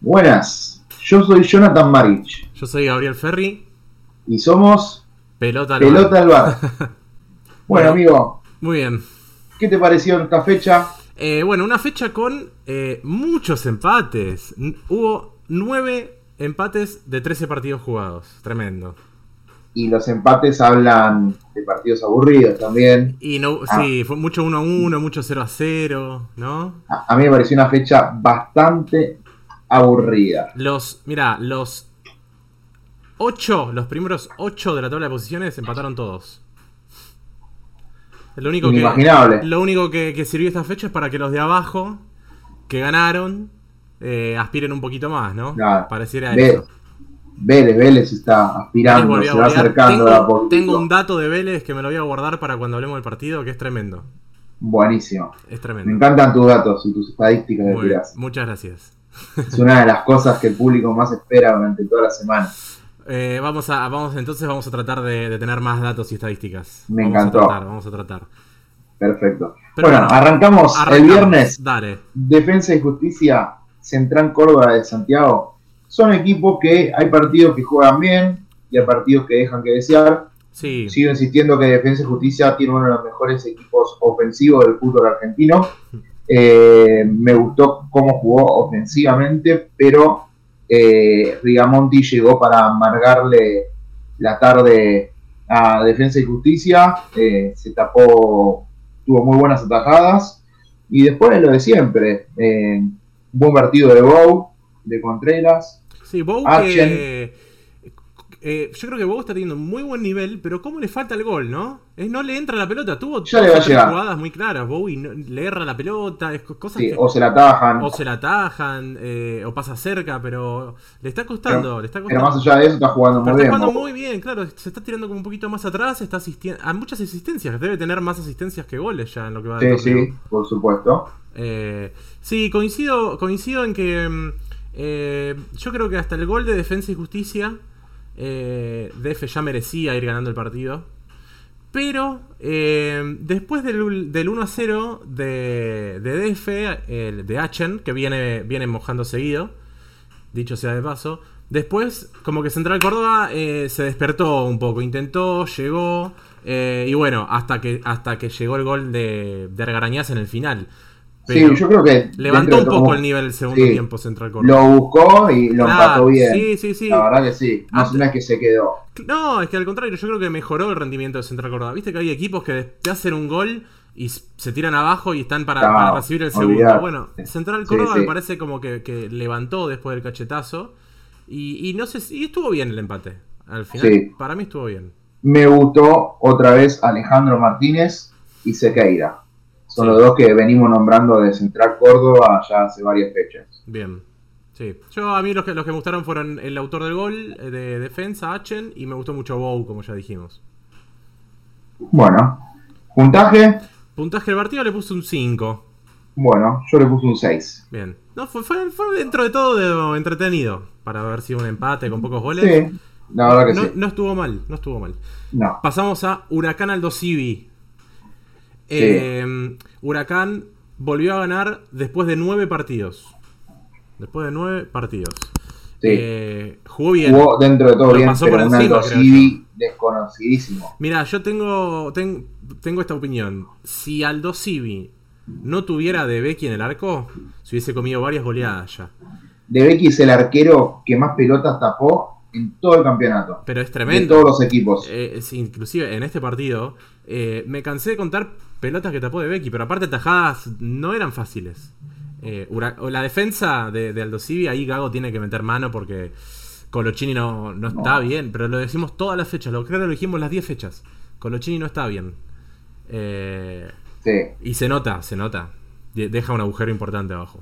Buenas, yo soy Jonathan Marich Yo soy Gabriel Ferri, y somos pelota al Pelota bar. al Bar. Bueno, amigo, Muy bien. ¿qué te pareció esta fecha? Eh, bueno, una fecha con eh, muchos empates. N- hubo nueve empates de 13 partidos jugados. Tremendo. Y los empates hablan de partidos aburridos también. Y no, Ah. sí, fue mucho 1 a 1, mucho 0 a 0, ¿no? A, a mí me pareció una fecha bastante aburrida. Los, mira, los ocho, los primeros ocho de la tabla de posiciones empataron todos. Lo único que, Inimaginable. lo único que, que sirvió esta fecha es para que los de abajo, que ganaron, eh, aspiren un poquito más, ¿no? Claro. Pareciera Ve- eso. Vélez, Vélez está Les aspirando, volví a se va golear. acercando de a tengo, poquito. tengo un dato de Vélez que me lo voy a guardar para cuando hablemos del partido, que es tremendo. Buenísimo. Es Me tremendo. encantan tus datos y tus estadísticas que Muy bien, tirás. Muchas gracias. Es una de las cosas que el público más espera durante toda la semana. Eh, vamos a, vamos, entonces vamos a tratar de, de tener más datos y estadísticas. Me vamos encantó. A tratar, vamos a tratar. Perfecto. Pero bueno, bueno, arrancamos el Arrancamos. viernes Dale. Defensa y Justicia, Central Córdoba de Santiago, son equipos que hay partidos que juegan bien y hay partidos que dejan que desear. Sí. Sigo insistiendo que Defensa y Justicia tiene uno de los mejores equipos ofensivos del fútbol argentino. Eh, me gustó cómo jugó ofensivamente, pero eh, Rigamonti llegó para amargarle la tarde a Defensa y Justicia. eh, se tapó, tuvo muy buenas atajadas. Y después lo de siempre: eh, buen partido de Bou, de Contreras. Sí, Bou Archen. que. eh, yo creo que Bou está teniendo un muy buen nivel, pero ¿cómo le falta el gol, no? Es, no le entra la pelota. Tuvo Ya le va a dos o tres llegar. jugadas muy claras. Bou y no- le erra la pelota. Es co- cosas sí, que. o se la atajan. O se la atajan, eh, o pasa cerca, pero le está costando, le está Pero costando. más allá de eso, está jugando Pero muy está bien. jugando Bou. muy bien, claro. Se está tirando como un poquito más atrás, está asistiendo a muchas asistencias. Debe tener más asistencias que goles ya en lo que va de Sí, torneo. sí, por supuesto. Eh, sí, coincido, coincido en que mm, eh, yo creo que hasta el gol de Defensa y Justicia, eh, DF ya merecía ir ganando el partido. Pero eh, después del, del 1 a 0 de, de DF, el de Achen, que viene, viene mojando seguido, dicho sea de paso, después como que Central Córdoba eh, se despertó un poco, intentó, llegó, eh, y bueno, hasta que, hasta que llegó el gol de, de Argarañaz en el final. Pero sí, yo creo que. dentro levantó de un todo, poco como el nivel el segundo sí. tiempo Central Córdoba. Lo buscó y lo Claro, empató bien. Sí, sí, sí. La verdad que sí. No es una que se quedó. No, es que al contrario, yo creo que mejoró el rendimiento de Central Córdoba. Viste que hay equipos que te hacen un gol y s- se tiran abajo y están para, Claro, para recibir el segundo. olvidate. Bueno, Central Sí, Córdoba sí. me parece como que, que levantó después del cachetazo. Y, y no sé si y estuvo bien el empate. Al final, Sí. para mí estuvo bien. Me gustó otra vez Alejandro Martínez y Sequeira. Son los dos que venimos nombrando de Central Córdoba ya hace varias fechas. Bien. Sí. Yo a mí los que, los que me gustaron fueron el autor del gol eh, de defensa, Achen, y me gustó mucho Bow, como ya dijimos. Bueno, puntaje. Puntaje del partido le puse un 5. Bueno, yo le puse un 6. Bien. No, fue, fue, fue dentro de todo de- entretenido. Para haber sido un empate con pocos goles. Sí, la verdad que no, sí. no estuvo mal, no estuvo mal. No. Pasamos a Huracán Aldo Civi. Eh, Huracán volvió a ganar después de nueve partidos. Después de nueve partidos. Sí. Eh, jugó bien. Jugó dentro de todo Lo bien, pasó pero por un encima, Aldo creo Civi desconocidísimo. Mira, yo tengo, ten- tengo esta opinión. Si Aldo Civi no tuviera de Becky en el arco, se hubiese comido varias goleadas ya. De Becky es el arquero que más pelotas tapó en todo el campeonato. Pero es De tremendo. todos los equipos. Eh, sí, inclusive en este partido, eh, me cansé de contar pelotas que tapó de Becky, pero aparte tajadas no eran fáciles. Eh, Hura- o la defensa de, de Aldo Civi, ahí Gago tiene que meter mano porque Colochini no, no está No. bien, pero lo decimos todas las fechas, lo creo que lo dijimos las 10 fechas. Colochini no está bien. Eh, Sí. y se nota, se nota. De- deja un agujero importante abajo.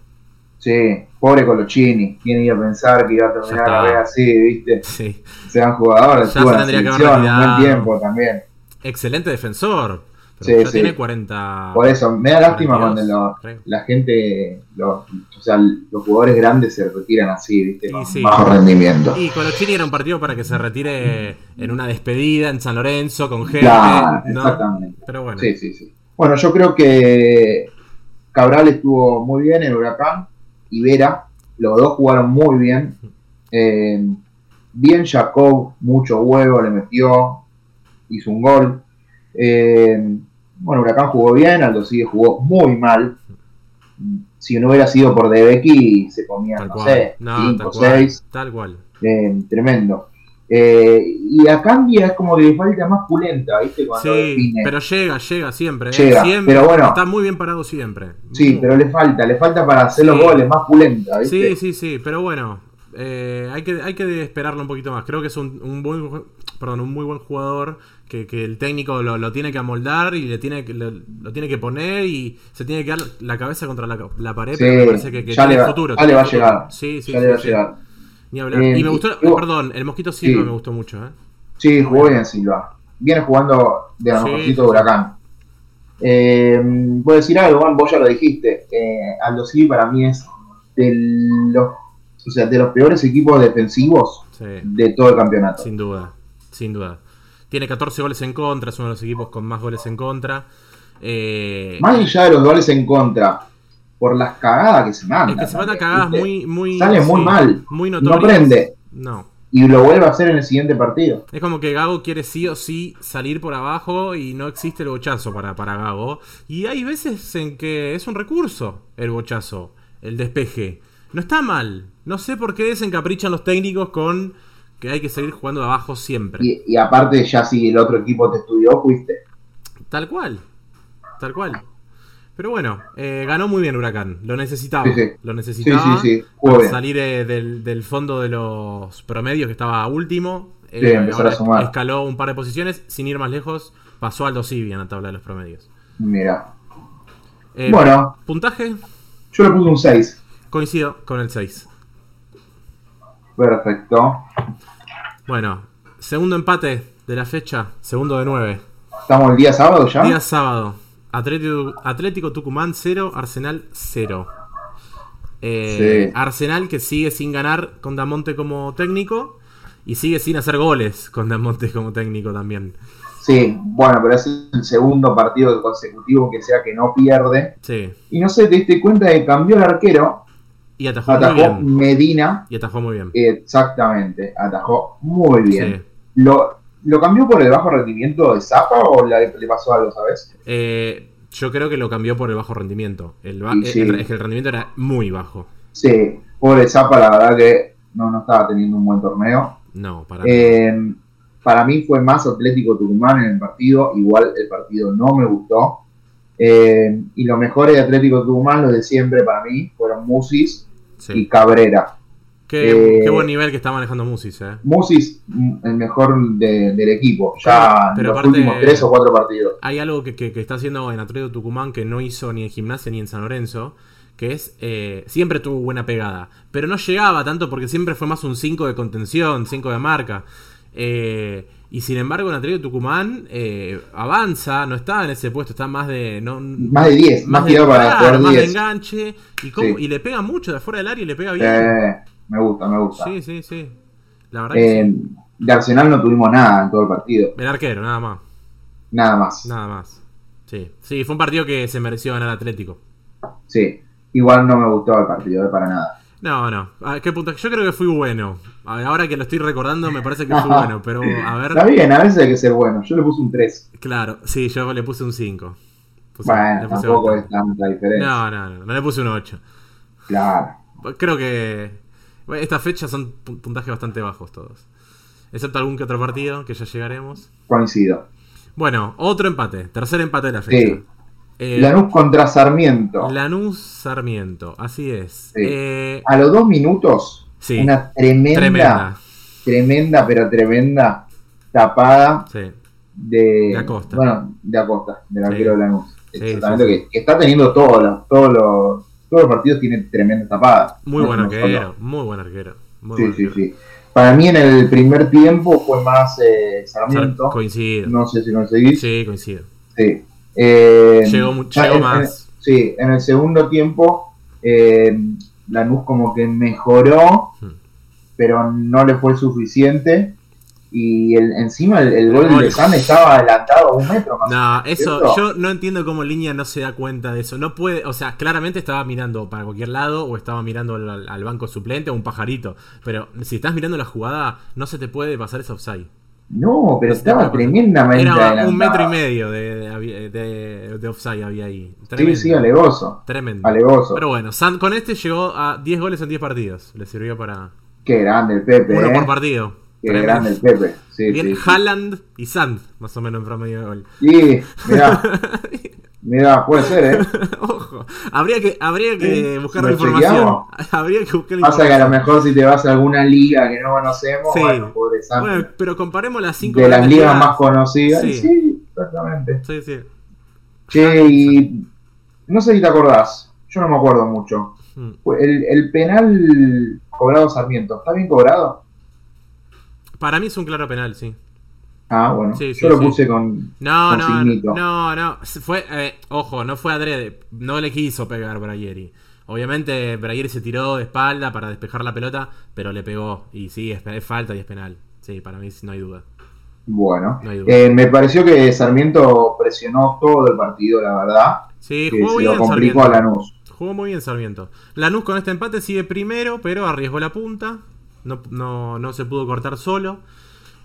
Sí, pobre Colochini. ¿Quién iba a pensar que iba a Ya terminar está. la carrera así, viste? Sí. Sean jugadores, Ya estuvo se en la tendría que haber selección, un retirado. buen tiempo también. Excelente defensor. Pero Sí, ya sí. tiene 40. Por eso, me da lástima 42, cuando lo- creo. la gente, los, o sea, los jugadores grandes se retiran así, viste, Y con sí. bajo rendimiento. Y Colochini era un partido para que se retire en una despedida en San Lorenzo con gente. Claro, ¿no? exactamente. Pero bueno, Sí, sí, sí. Bueno, yo creo que Cabral estuvo muy bien en Huracán y Vera Los dos jugaron muy bien. Eh, bien Jacob, mucho huevo, le metió, hizo un gol. Eh, bueno, Huracán jugó bien, Aldo Sigue jugó muy mal. Si no hubiera sido por Debecky, se comía, Tal no cual. sé, No, 5 tal cual. 6. Tal cual. tremendo. Eh, y a Cambia es como que le falta más pulenta, ¿viste? Cuando Sí, define. pero llega, llega siempre. ¿eh? Llega, Siempre, pero bueno. Está muy bien parado siempre. Sí, Muy- pero le falta, le falta para hacer los Sí. goles más pulenta, ¿viste? Sí, sí, sí, pero bueno, eh, hay, que, hay que esperarlo un poquito más. Creo que es un, un buen ju- perdón, un muy buen jugador que, que el técnico lo, lo tiene que amoldar y le tiene que, lo, lo tiene que poner y se tiene que dar la cabeza contra la, la pared, Sí, pero me parece que, que ya tiene le va- futuro. ya le tiene va a futuro. llegar, Sí, sí, ya sí, le va a sí. llegar. Ni hablar. Eh, y me gustó, y- y- perdón, el mosquito Silva Sí. me gustó mucho, ¿eh? Sí, jugó bien Silva. Viene jugando de lo Sí, mejorcito sí, de sí. Huracán. Eh, voy a decir algo, Juan, vos ya lo dijiste. Eh, Aldo Civi para mí es de los, o sea, de los peores equipos defensivos Sí. de todo el campeonato. Sin duda, sin duda. Tiene 14 goles en contra, es uno de los equipos con más goles en contra. Eh, Más allá de los goles en contra, por las cagadas que se es mandan. que se van a también, cagadas ¿viste? muy, muy. Sale muy sí, mal. Muy No notorias. aprende. No. Y lo vuelve a hacer en el siguiente partido. Es como que Gago quiere sí o sí salir por abajo y no existe el bochazo para, para Gago. Y hay veces en que es un recurso el bochazo, el despeje. No está mal. No sé por qué se encaprichan los técnicos con que hay que salir jugando de abajo siempre. Y, y aparte, ya si el otro equipo te estudió, fuiste. Tal cual. Tal cual. Pero bueno, eh, ganó muy bien Huracán. Lo necesitaba. Sí, sí. Lo Sí, necesitaba. sí, sí. Jugó Para bien. salir eh, del, del fondo de los promedios que estaba último. Eh, Sí, empezar ahora a sumar. Escaló un par de posiciones. Sin ir más lejos, pasó Aldo Civi en la tabla de los promedios. Mira. Eh, Bueno, Puntaje, yo le puse un 6. coincido con el 6. Perfecto. Bueno, segundo empate de la fecha. Segundo de 9. ¿Estamos el día sábado ya? Día sábado. Atlético, Atlético Tucumán 0, Arsenal 0. Eh, Sí. Arsenal que sigue sin ganar con Damonte como técnico y sigue sin hacer goles con Damonte como técnico también. Sí, bueno, pero es el segundo partido consecutivo que sea que no pierde. Sí. Y no sé, te diste cuenta de que cambió el arquero, Y atajó, muy atajó bien. Medina, Y atajó muy bien. exactamente, atajó muy bien. Sí. ¿Lo, ¿Lo cambió por el bajo rendimiento de Zapa o la- le pasó algo, sabes? Eh, yo creo que lo cambió por el bajo rendimiento. El, ba- Y sí. el- es que el rendimiento era muy bajo. Sí, pobre Zapa, la verdad que no, no estaba teniendo un buen torneo. No, para Eh, para mí fue más Atlético Tucumán en el partido, igual el partido no me gustó. Eh, y los mejores de Atlético Tucumán, los de siempre para mí, fueron Musis sí. y Cabrera. Qué, eh, qué buen nivel que está manejando Musis, eh. Musis, mm, el mejor de- del equipo, ya Claro, pero en los aparte- últimos tres o cuatro partidos. hay algo que, que- que está haciendo en Atlético Tucumán que no hizo ni en Gimnasia ni en San Lorenzo, que es, eh, siempre tuvo buena pegada, pero no llegaba tanto porque siempre fue más un 5 de contención, 5 de marca. Eh, y sin embargo en Atlético Tucumán eh, avanza, no está en ese puesto, está más de... No, Más de 10, más, de- tirado para claro, jugar más de 10. enganche, y, cómo- Sí. y le pega mucho de afuera del área y le pega bien. Eh, me gusta, me gusta. sí, sí, sí. La verdad que sí. Eh, de Arsenal no tuvimos nada en todo el partido, El arquero, nada más. nada más. Nada más. Sí, sí, fue un partido que se mereció ganar Atlético. Sí, igual no me gustó el partido, eh, para nada. No, no. Ah, ¿Qué punta? Yo creo que fui bueno. A ver, Ahora que lo estoy recordando, me parece que fui bueno. Pero a Está ver. bien, a veces hay que ser bueno. Yo le puse un 3. Claro, sí, yo le puse un 5. Puse- Bueno, le puse tampoco es bastante. tanta diferencia. no, no, no. No le puse un 8. Claro. Creo que. bueno, Estas fechas son pu- puntajes bastante bajos todos. Excepto algún que otro partido, que ya llegaremos. Coincido. Bueno, otro empate. Tercer empate de la Sí. fecha. Eh, Lanús contra Sarmiento. Lanús Sarmiento. Así es. Sí. Eh, A los dos minutos, sí. una tremenda, tremenda, Tremenda. pero tremenda tapada Sí. de, De Acosta. Bueno, de Acosta, del Sí. arquero de Lanús. Sí, Exactamente, sí, sí. Que, que está teniendo todos los, todos los, todos los partidos tienen tremenda tapada. Muy No, buen no arquero. solo. Muy buen arquero. Muy Sí, buen sí, arquero. sí. Para mí en el primer tiempo fue más eh, Sarmiento. Sar- Coincido. No sé si conseguís. Sí, coincido. Sí. Eh, Llegó, mu- ya llegó en- más. en- sí, en el segundo tiempo eh, Lanús como que mejoró, Hmm. pero no le fue suficiente. y el, encima el, el gol de Sam estaba adelantado a un metro más. No, eso, yo no entiendo cómo Línea no se da cuenta de eso. No puede, o sea, claramente estaba mirando para cualquier lado o estaba mirando al, al banco suplente o un pajarito. Pero si estás mirando la jugada, no se te puede pasar ese offside. No, pero estaba no, tremendamente Era adelantado. un metro y medio de, de, de, de offside había ahí. Sí, sí, alevoso. Tremendo. Alevoso. Hmm. Pero bueno, Sam con este llegó a 10 goles en 10 partidos. Le sirvió para... Qué grande el Pepe. Uno eh. por partido. Qué grande el Pepe. Sí, Bien, sí, sí. Haaland y Sand, más o menos en promedio de gol. Sí, mirá. Mirá, puede ser, ¿eh? Ojo, habría que, habría que Sí, buscar ¿lo la información. chequeamos? habría que buscar la Pasa que a lo información. mejor si te vas a alguna liga que no conocemos, Sí. bueno, pobre Sam. Bueno, pero comparemos las 5 de las ligas más conocidas. Sí. Sí, sí exactamente. Sí, sí. Che, y no sé si te acordás, yo no me acuerdo mucho. Mm. El, el penal cobrado Sarmiento, ¿está bien cobrado? Para mí es un claro penal, sí. Ah, bueno. Sí, sí, yo lo sí. puse con. No, Con no, signito. no, no. Se Fue, eh, ojo, no fue adrede. No le quiso pegar Bragieri. Obviamente, Bragieri se tiró de espalda para despejar la pelota, pero le pegó. Y sí, es, es falta y es penal. Sí, para mí no hay duda. Bueno. No hay duda. Eh, me pareció que Sarmiento presionó todo el partido, la verdad. Sí, Que jugó se bien lo complicó Sarmiento. a Lanús. Jugó muy bien Sarmiento. Lanús con este empate sigue primero, pero arriesgó la punta. No, no, no se pudo cortar solo.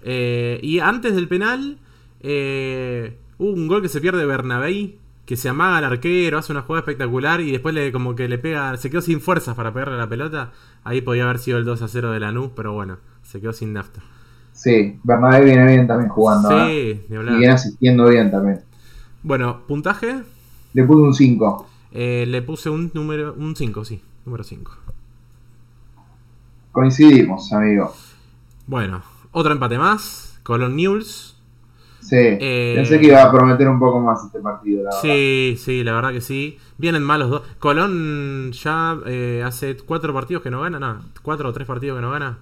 Eh, y antes del penal, eh, hubo un gol que se pierde Bernabéi, que se amaga al arquero, hace una jugada espectacular y después le, como que le pega, se quedó sin fuerzas para pegarle la pelota. Ahí podía haber sido el 2 a 0 de Lanús, pero bueno, se quedó sin nafta. Sí, Bernabé viene bien también jugando. ¿eh? sí, ni Y viene hablar. asistiendo bien también. Bueno, puntaje. Le puse un 5. eh, le puse un número un 5, sí, número 5. Coincidimos, amigo. Bueno, otro empate más. Colón News. Sí. Eh, Pensé que iba a prometer un poco más este partido, la verdad. Sí, sí, la verdad que sí. Vienen mal los dos. Colón ya eh, hace cuatro partidos que no gana, no, cuatro o tres partidos que no gana.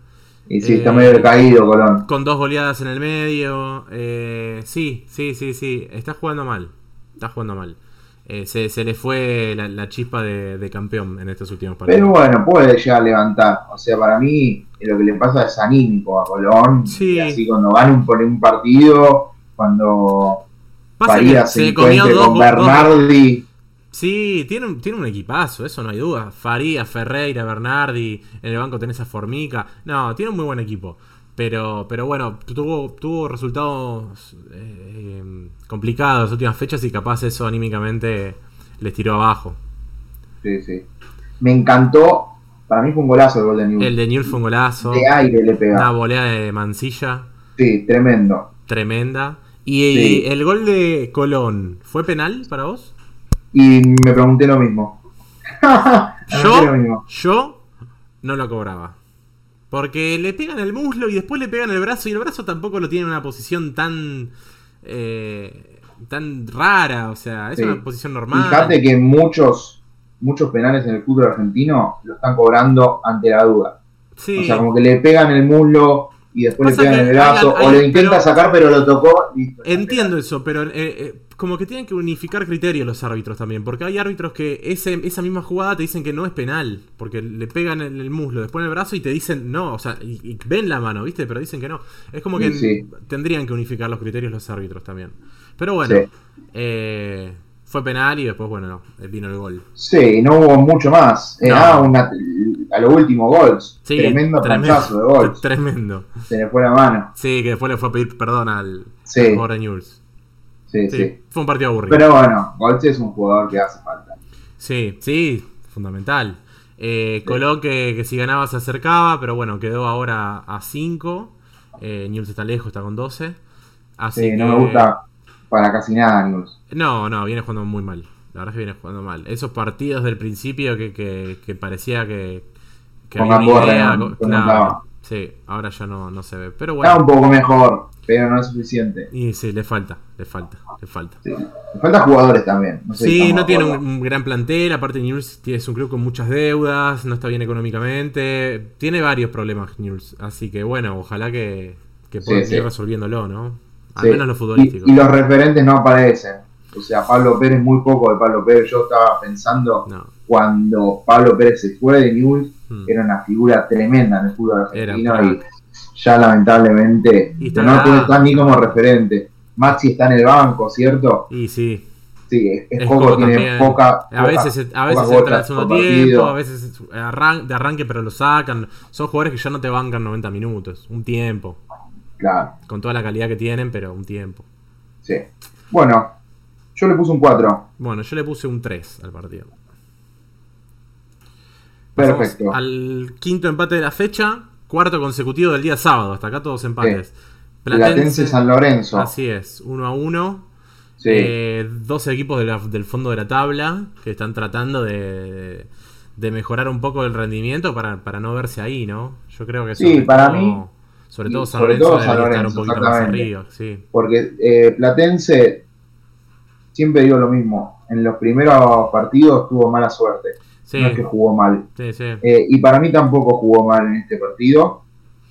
Y sí, está Eh, medio caído, Colón. Con dos goleadas en el medio. Eh, sí, sí, sí, sí. Está jugando mal. Está jugando mal. Eh, se, se le fue la, la chispa de, de campeón en estos últimos Pero partidos. bueno, puede llegar a levantar. O sea, para mí lo que le pasa es anímico a Colón. Sí. Y así cuando gana un, por un partido, cuando Pasa que Parida se se comió encuentre dos, con go- dos- Bernardi. Sí, tiene un, tiene un equipazo, eso no hay duda. Faría, Ferreira, Bernardi, en el banco tenés a Formica. No, tiene un muy buen equipo. Pero, pero bueno, tuvo, tuvo resultados eh, eh, complicados las últimas fechas y capaz eso anímicamente les tiró abajo. Sí, sí. Me encantó. Para mí fue un golazo el gol de Newell. El de Newell fue un golazo. De aire le pega. Una volea de Mancilla Sí, tremendo. tremenda. ¿Y Sí. el gol de Colón fue penal para vos? Y me pregunté lo mismo. Me pregunté lo Yo, mismo. yo no lo cobraba. Porque le pegan el muslo y después le pegan el brazo. Y el brazo tampoco lo tiene en una posición tan. eh, tan rara. O sea, es Sí. una posición normal. Fíjate que muchos, muchos penales en el fútbol argentino lo están cobrando ante la duda. Sí. O sea, como que le pegan el muslo y después Pasa le pegan que el brazo. hay- hay- o lo intenta pero- sacar, pero lo tocó. Listo, Entiendo eso, pero eh, eh, como que tienen que unificar criterio los árbitros también, porque hay árbitros que ese, esa misma jugada te dicen que no es penal, porque le pegan en el muslo, después en el brazo y te dicen no, o sea, y, y ven la mano, ¿viste? Pero dicen que no. Es como que Sí, sí. tendrían que unificar los criterios los árbitros también. Pero bueno, eh, fue penal y después, bueno, no, eh, vino el gol. Sí, no hubo mucho más. No. Era una, a lo último gols. Sí, tremendo tremendo. panchazo de gols. Tremendo. Se le fue la mano. Sí, que después le fue a pedir perdón al Sí, pobre Newell's. sí, sí. Sí, fue un partido aburrido. Pero bueno, Goltz es un jugador que hace falta. Sí, sí, fundamental. Eh, Colón que, que si ganaba se acercaba, pero bueno, quedó ahora a 5. Eh, Newell's está lejos, está con 12. Sí, Así no que- me gusta para casi nada News. No, no, viene jugando muy mal. La verdad es que viene jugando mal. Esos partidos del principio que, que- que parecía que, que Con Gamborra, ¿no? co- Que claro, mandaba. sí, ahora ya no, no se ve. Pero Está un bueno, poco mejor, pero no es suficiente. y sí, le falta, le falta, le falta. Sí. Le faltan jugadores también. No sé si Sí, estamos no de tiene un, acuerdo. un gran plantel, aparte News es un club con muchas deudas, no está bien económicamente, tiene varios problemas News, así que bueno, ojalá que, que puedan Sí, ir sí. resolviéndolo, ¿no? Al Sí. menos los Y- futbolísticos. Y, los referentes no aparecen. O sea, Pablo Pérez, muy poco de Pablo Pérez. Yo estaba pensando No, cuando Pablo Pérez se fue de Newell's, mm, era una figura tremenda en el fútbol Era argentino un y ya lamentablemente Y está no lo acá. puede estar ni como referente. Maxi está en el banco, ¿cierto? Y sí. Sí, es, es Es poco, como tiene también. poca. A veces, a veces entra entra al segundo tiempo, a veces arran- de arranque pero lo sacan. Son jugadores que ya no te bancan 90 minutos, un tiempo. Claro, Con toda la calidad que tienen, pero un tiempo. sí. Bueno, yo le puse un 4. Bueno, yo le puse un 3 al partido. Pasamos Perfecto. Al quinto empate de la fecha, cuarto consecutivo del día sábado. Hasta acá todos empates. Platense San Lorenzo. Así es, uno a uno. sí. Ah, Eh, 12 equipos de la- del fondo de la tabla que están tratando de, de mejorar un poco el rendimiento para, para no verse ahí, ¿no? Yo creo que Sí, para mí. Sobre Y todo San sobre Lorenzo todo debería San estar un Lorenzo, poquito más exactamente. arriba, sí. Porque eh, Platense, siempre digo lo mismo, en los primeros partidos tuvo mala suerte. Sí, No es que jugó mal. sí, sí. Eh, y para mí tampoco jugó mal en este partido.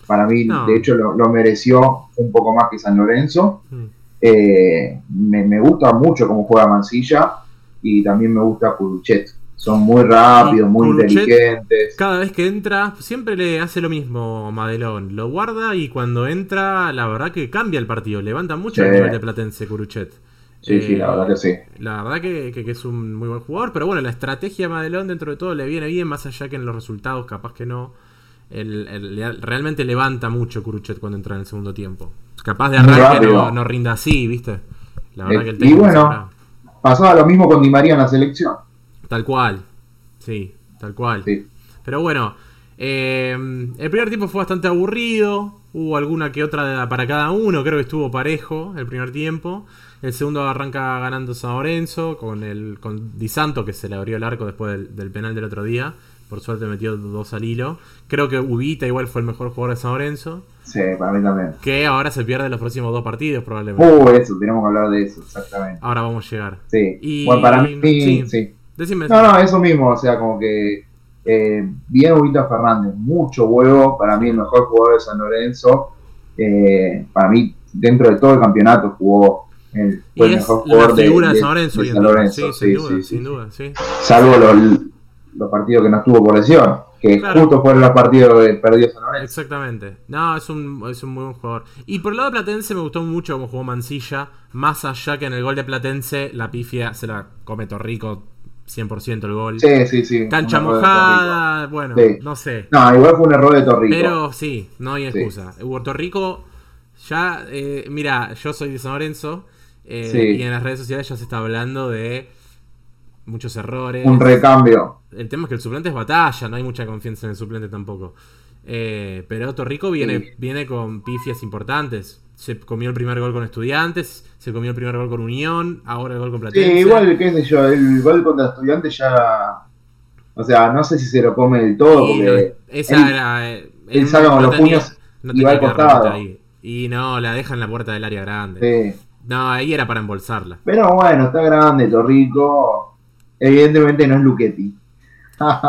Para mí, No. de hecho, lo, lo mereció un poco más que San Lorenzo. Mm. Eh, me, me gusta mucho cómo juega Mancilla y también me gusta Kuruchet. Son muy rápidos, muy Kuruchet- inteligentes. Cada vez que entra, siempre le hace lo mismo Madelón. Lo guarda y cuando entra, la verdad que cambia el partido. Levanta mucho Sí. el nivel de Platense Curuchet. Sí, sí, Eh. la verdad que sí. La verdad que, que- que es un muy buen jugador, pero bueno, la estrategia de Madelón dentro de todo le viene bien, más allá que en los resultados capaz que no. El- el- le- realmente levanta mucho Kuruchet cuando entra en el segundo tiempo. Capaz de Muy arranque rápido. no, no rinda así, ¿viste? La verdad Eh, que el y técnico bueno. sabrá. Pasaba lo mismo con Di María en la selección. Tal cual. Sí, tal cual. Sí. Pero bueno, eh, el primer tiempo fue bastante aburrido. Hubo alguna que otra de- para cada uno. Creo que estuvo parejo el primer tiempo. El segundo arranca ganando San Lorenzo con, el, con Di Santo, que se le abrió el arco después del, del penal del otro día. Por suerte metió dos al hilo. Creo que Ubita igual fue el mejor jugador de San Lorenzo. Sí, para mí también. Que ahora se pierde los próximos dos partidos probablemente. Uh, eso, tenemos que hablar de eso, exactamente. Ahora vamos a llegar. Sí. Y- bueno, para mí, sí. sí. Decime. Decime. No, no, eso mismo, o sea, como que eh, bien Ubita Fernández, mucho huevo, para mí el mejor jugador de San Lorenzo, eh, para mí dentro de todo el campeonato jugó el, Y fue el es mejor la jugador de, figura de, de- San de Lorenzo hoy en San día. Lorenzo, Sí, sí, sin duda, sí, sin sí. duda, sí. salvo los, los partidos que no estuvo por lesión, que Claro. justo fueron los partidos que perdió San Lorenzo. Exactamente. No, es un, es un muy buen jugador. Y por el lado de Platense me gustó mucho cómo jugó Mancilla. Más allá que en el gol de Platense, la pifia se la come Torrico 100% el gol. Sí, sí, sí. Mm. Cancha un error de Torrico. mojada, bueno, Sí. no sé. No, igual fue un error de Torrico. Pero sí, no hay Sí. excusa. Puerto Rico, ya, eh, mira, yo soy de San Lorenzo eh, Sí. y en las redes sociales ya se está hablando de muchos errores. un recambio. El tema es que el suplente es batalla, no hay mucha confianza en el suplente tampoco. Eh, pero Torrico viene, Sí. viene con pifias importantes. Se comió el primer gol con Estudiantes, se comió el primer gol con Unión, ahora el gol con Sí, Platense. igual, qué sé yo, el gol contra estudiantes ya. O sea, no sé si se lo come del todo, Y porque esa él- era. eh, él no- saca con no los tenía- puños no y va tenía al que dar costado. pelota ahí. Y no, la deja en la puerta del área grande. eh, No, ahí era para embolsarla. Pero bueno, está grande, Torrico. Evidentemente no es Luchetti. Ni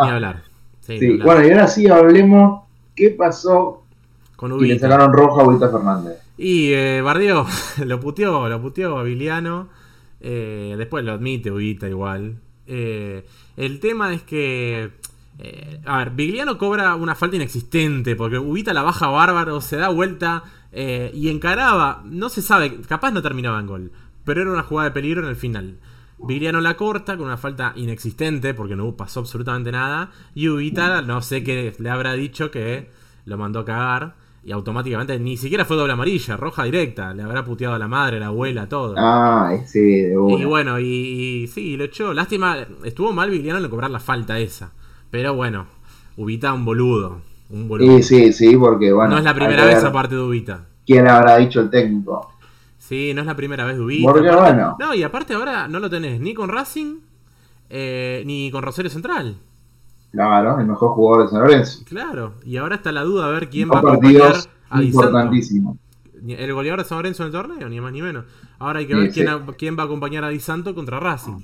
hablar. Sí, ni Sí, hablar. Bueno, y ahora sí hablemos qué pasó con y le Ubita. sacaron roja a Ubita Fernández. Y eh, bardeó, lo puteó, lo puteó a Viliano. Eh, después lo admite Ubita igual. Eh, el tema es que. eh, a ver, Vigliano cobra una falta inexistente porque Ubita la baja bárbaro, se da vuelta eh, y encaraba. No se sabe, capaz no terminaba en gol, pero era una jugada de peligro en el final. Vigliano la corta con una falta inexistente porque no pasó absolutamente nada. Y Ubita, no sé qué le habrá dicho que lo mandó a cagar. Y automáticamente ni siquiera fue doble amarilla, roja directa. Le habrá puteado a la madre, la abuela, todo. Ah, ese de Y una. bueno, y, y sí, lo echó. Lástima, estuvo mal Vigliano en cobrar la falta esa. Pero bueno, Ubita un boludo. Un boludo. Sí, sí, sí, porque bueno. no es la primera hay que vez ver aparte de Ubita. ¿Quién habrá dicho el técnico? Sí, no es la primera vez de Ubita. Porque Aparte- bueno. No, y aparte ahora no lo tenés ni con Racing, eh, ni con Rosario Central. Claro, el mejor jugador de San Lorenzo. Claro. Y ahora está la duda a ver quién va a Dos acompañar partidos a Di Santo. importantísimos. Ni- El goleador de San Lorenzo en el torneo, ni más ni menos. Ahora hay que Sí, ver quién, sí. a- quién va a acompañar a Di Santo contra Racing.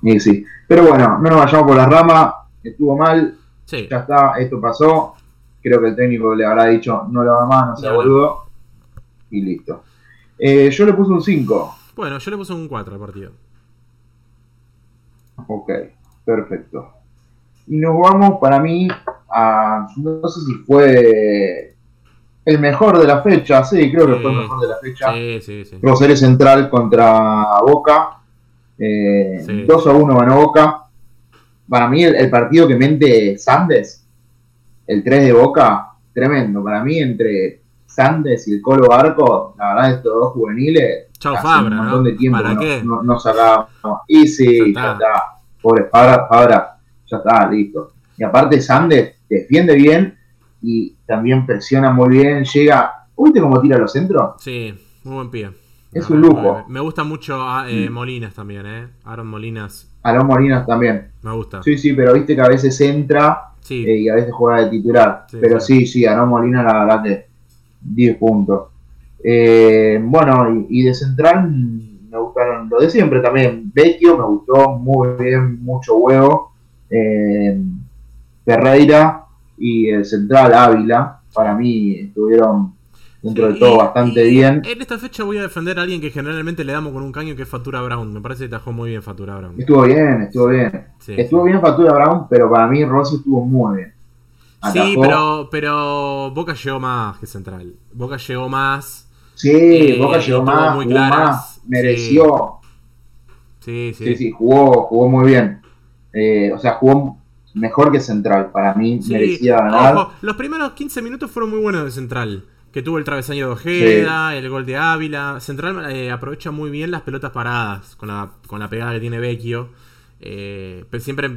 Y sí. Pero bueno, no nos vayamos por la rama. Estuvo mal, Sí. ya está, esto pasó. Creo que el técnico le habrá dicho, no lo haga más, no sea Ya. boludo. Y listo. Eh, yo le puse un 5. Bueno, yo le puse un 4 al partido. Ok, perfecto. Y nos vamos, para mí, a... No sé si fue el mejor de la fecha, sí, creo que fue el mejor de la fecha. Mm, Sí, sí, sí. Rosario Central contra Boca. Eh, Sí. 2 a 1 ganó Boca. Para mí, el, el partido que mente Sandes, el 3 de Boca, tremendo. Para mí, entre Sandes y el Colo Barco, la verdad, estos dos juveniles. Chau, hace Fabra, un ¿no? montón de tiempo ¿Para no, qué? no- no sacábamos. Y sí, Ya ya está. está. Pobre Fabra, Fabra, ya está, listo. Y aparte, Sandes defiende bien y también presiona muy bien. Llega. ¿Viste cómo tira los centros? Sí, muy buen pie. Es un lujo. Me gusta mucho ah, eh, Mm. Molinas también, ¿eh? Aaron Molinas, Alon Molinas también. me gusta. Sí, Sí, sí, pero viste que a veces entra eh, y a veces juega de titular. Sí, pero sí. sí, sí, ganó Molina la verdad que 10 puntos. Eh, bueno, y, y de central mm, me gustaron lo de siempre también. Vecchio me gustó muy bien, mucho huevo. Eh, Ferreira y el central Ávila, para mí estuvieron dentro de Sí, todo y- bastante y bien. En esta fecha voy a defender a alguien que generalmente le damos con un caño que es Fatura Brown. Me parece que tajó muy bien Fatura Brown. Estuvo bien, estuvo bien. Sí, Estuvo bien Factura Brown, pero para mí Rossi estuvo muy bien. Sí, Atajó. pero, pero Boca llegó más que Central. Boca llegó más. Sí, Eh, Boca llegó tuvo más, muy jugó claras, más, mereció. Sí, sí. Sí, sí, jugó, jugó muy bien. Eh, o sea, jugó mejor que Central. Para mí Sí, merecía ganar. ojo, los primeros 15 minutos fueron muy buenos de Central. Que tuvo el travesaño de Ojeda, el gol de Ávila. Central eh, aprovecha muy bien las pelotas paradas con la, con la pegada que tiene Vecchio. Eh, pero siempre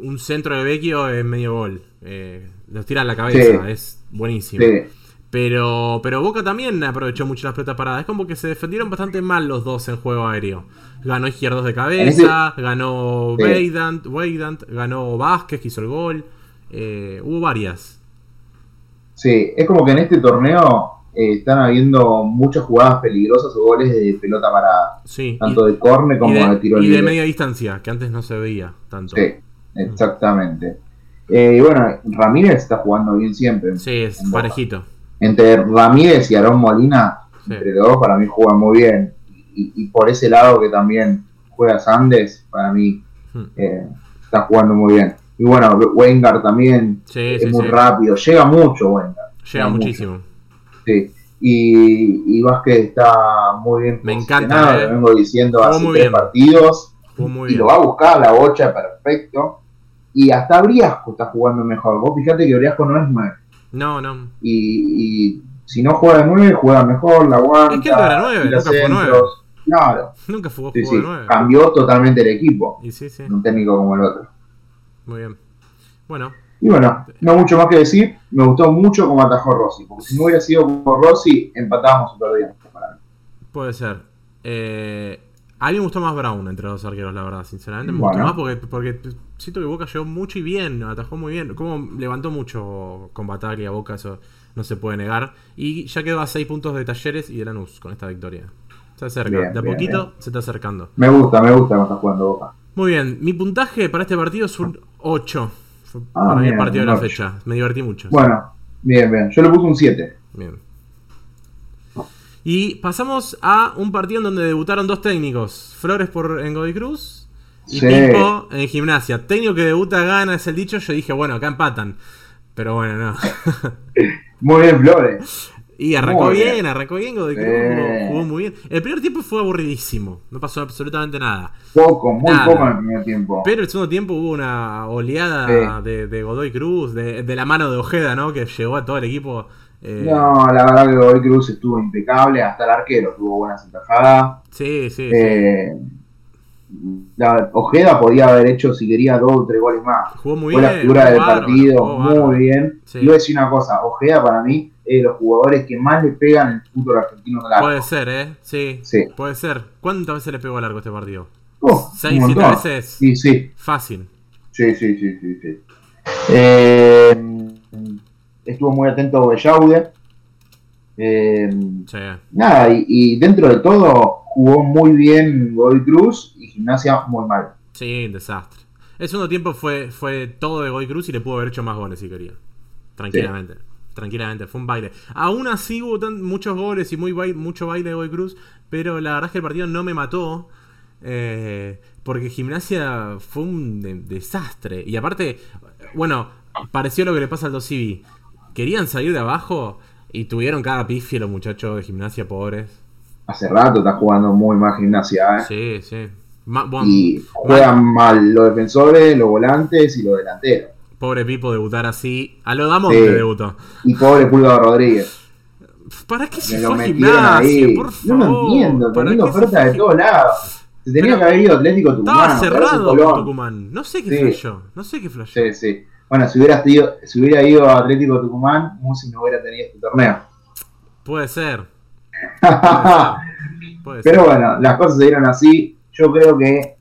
un centro de Vecchio es medio gol. Eh, los tira a la cabeza, Sí. es buenísimo. Sí, Pero, pero Boca también aprovechó mucho las pelotas paradas. Es como que se defendieron bastante mal los dos en juego aéreo. Ganó Izquierdos de cabeza, ganó Sí. Weidant, Weidant, ganó Vázquez que hizo el gol. Eh, hubo varias. sí. es como que en este torneo eh, están habiendo muchas jugadas peligrosas o goles de pelota para Sí. tanto de corne como y de, de tiro y de libre. media distancia, que antes no se veía tanto. Sí, exactamente. Eh, y bueno, Ramírez está jugando bien siempre. Sí, es En Boca. parejito. Entre Ramírez y Aarón Molina, Sí. entre los dos para mí juegan muy bien. Y, y por ese lado que también juega Sandes, para mí Hmm. eh, está jugando muy bien. Y bueno, Wenger también Sí, es sí, muy sí. rápido, llega mucho Wenger. Llega Llega mucho. muchísimo. Sí. Y, y Vázquez está muy bien Me encanta, posicionado, eh. lo vengo diciendo Jugó hace muy tres bien. partidos. Jugó muy y bien. lo va a buscar la bocha, perfecto. Y hasta Briasco está jugando mejor. Vos fijate que Briasco no es nueve. No, no. Y, y si no juega de nueve, juega mejor, la aguanta. Es que él no era nueve, tira nunca fue nueve. centros. Claro. Nunca jugó Sí, juego sí, Ah. de nueve. cambió totalmente el equipo, Y sí, sí. un técnico como el otro. Muy bien. Bueno, Y bueno, no mucho más que decir, me gustó mucho como atajó Rossi, porque si no hubiera sido por Rossi, empatábamos o perdíamos. para mí. Puede ser. Eh, a mí me gustó más Brown entre los arqueros, la verdad, sinceramente. Me Bueno. gustó más porque, porque siento que Boca llegó mucho y bien, atajó muy bien. Como levantó mucho con Bataglia Boca, eso no se puede negar. Y ya quedó a 6 puntos de Talleres y de Lanús con esta victoria. Se acerca, Bien, de a bien, poquito se está acercando. Me gusta, me gusta cómo está jugando Boca. Muy bien, mi puntaje para este partido es un 8. Fue Ah, para mí el bien, partido de un la 8. fecha. Me divertí mucho. Bueno, bien, bien. Yo le puse un 7. Bien. Y pasamos a un partido en donde debutaron dos técnicos. Flores por en Godoy Cruz y Sí. Pipo en gimnasia. Técnico que debuta gana es el dicho. Yo dije, bueno, acá empatan. Pero bueno, no. Muy bien, Flores. Y arrancó Muy bien, bien. arrancó bien Godoy Sí. Cruz. Jugó, jugó muy bien. El primer tiempo fue aburridísimo. No pasó absolutamente nada. Poco, muy Nada. poco en el primer tiempo. Pero el segundo tiempo hubo una oleada Sí. de, de Godoy Cruz, de, de la mano de Ojeda, ¿no? Que llegó a todo el equipo. eh, No, la verdad que Godoy Cruz estuvo impecable, hasta el arquero tuvo buenas entajadas. Sí, sí. Eh, la Ojeda podía haber hecho, si quería, dos o tres goles más. Jugó muy fue bien. la figura jugó del bárbaro, partido, jugó bárbaro. muy bien. Sí. Y voy a decir una cosa, Ojeda para mí es de los jugadores que más le pegan el fútbol argentino al arco. Puede ser, ¿eh? Sí, Sí. Puede ser. ¿Cuántas veces le pegó al largo este partido? Oh, Seis, un siete montón. veces. Sí, sí, Fácil. sí, sí, sí, sí, sí. Eh, estuvo muy atento Bellaude. Eh, Sí. nada, y, y dentro de todo jugó muy bien Godoy Cruz y Gimnasia muy mal. Sí, un desastre. El segundo tiempo fue, fue todo de Goy Cruz y le pudo haber hecho más goles si quería. Tranquilamente. Tranquilamente. Fue un baile. Aún así hubo tan- muchos goles y muy bai- mucho baile de Goy Cruz, pero la verdad es que el partido no me mató. eh, porque Gimnasia fue un de- desastre. Y aparte, bueno, pareció lo que le pasa al Dosivi. Querían salir de abajo Y tuvieron cada pifia los muchachos de gimnasia pobres. Hace rato está jugando muy mal gimnasia, ¿eh? Sí, sí. Ma- bueno, Y juegan mal los defensores, los volantes y los delanteros. Pobre Pipo debutar así. A lo damos Sí. que debutó. Y pobre Pulga Rodríguez. ¿Para qué se Me fue lo a metieron gimnasia? ahí. Por No favor. lo entiendo, ¿Para teniendo qué se fue ofertas a de gim- todos lados. Se tenía Pero que haber ido Atlético Tucumán. Estaba Racing cerrado Colón. con Tucumán. No sé qué Sí. flashó. No sé qué flashó. Sí, sí. Bueno, si hubiera, sido- si hubiera ido a Atlético Tucumán, Musi no hubiera tenido este torneo. Puede ser. Puede ser. Pero bueno, las cosas se dieron así. Yo creo que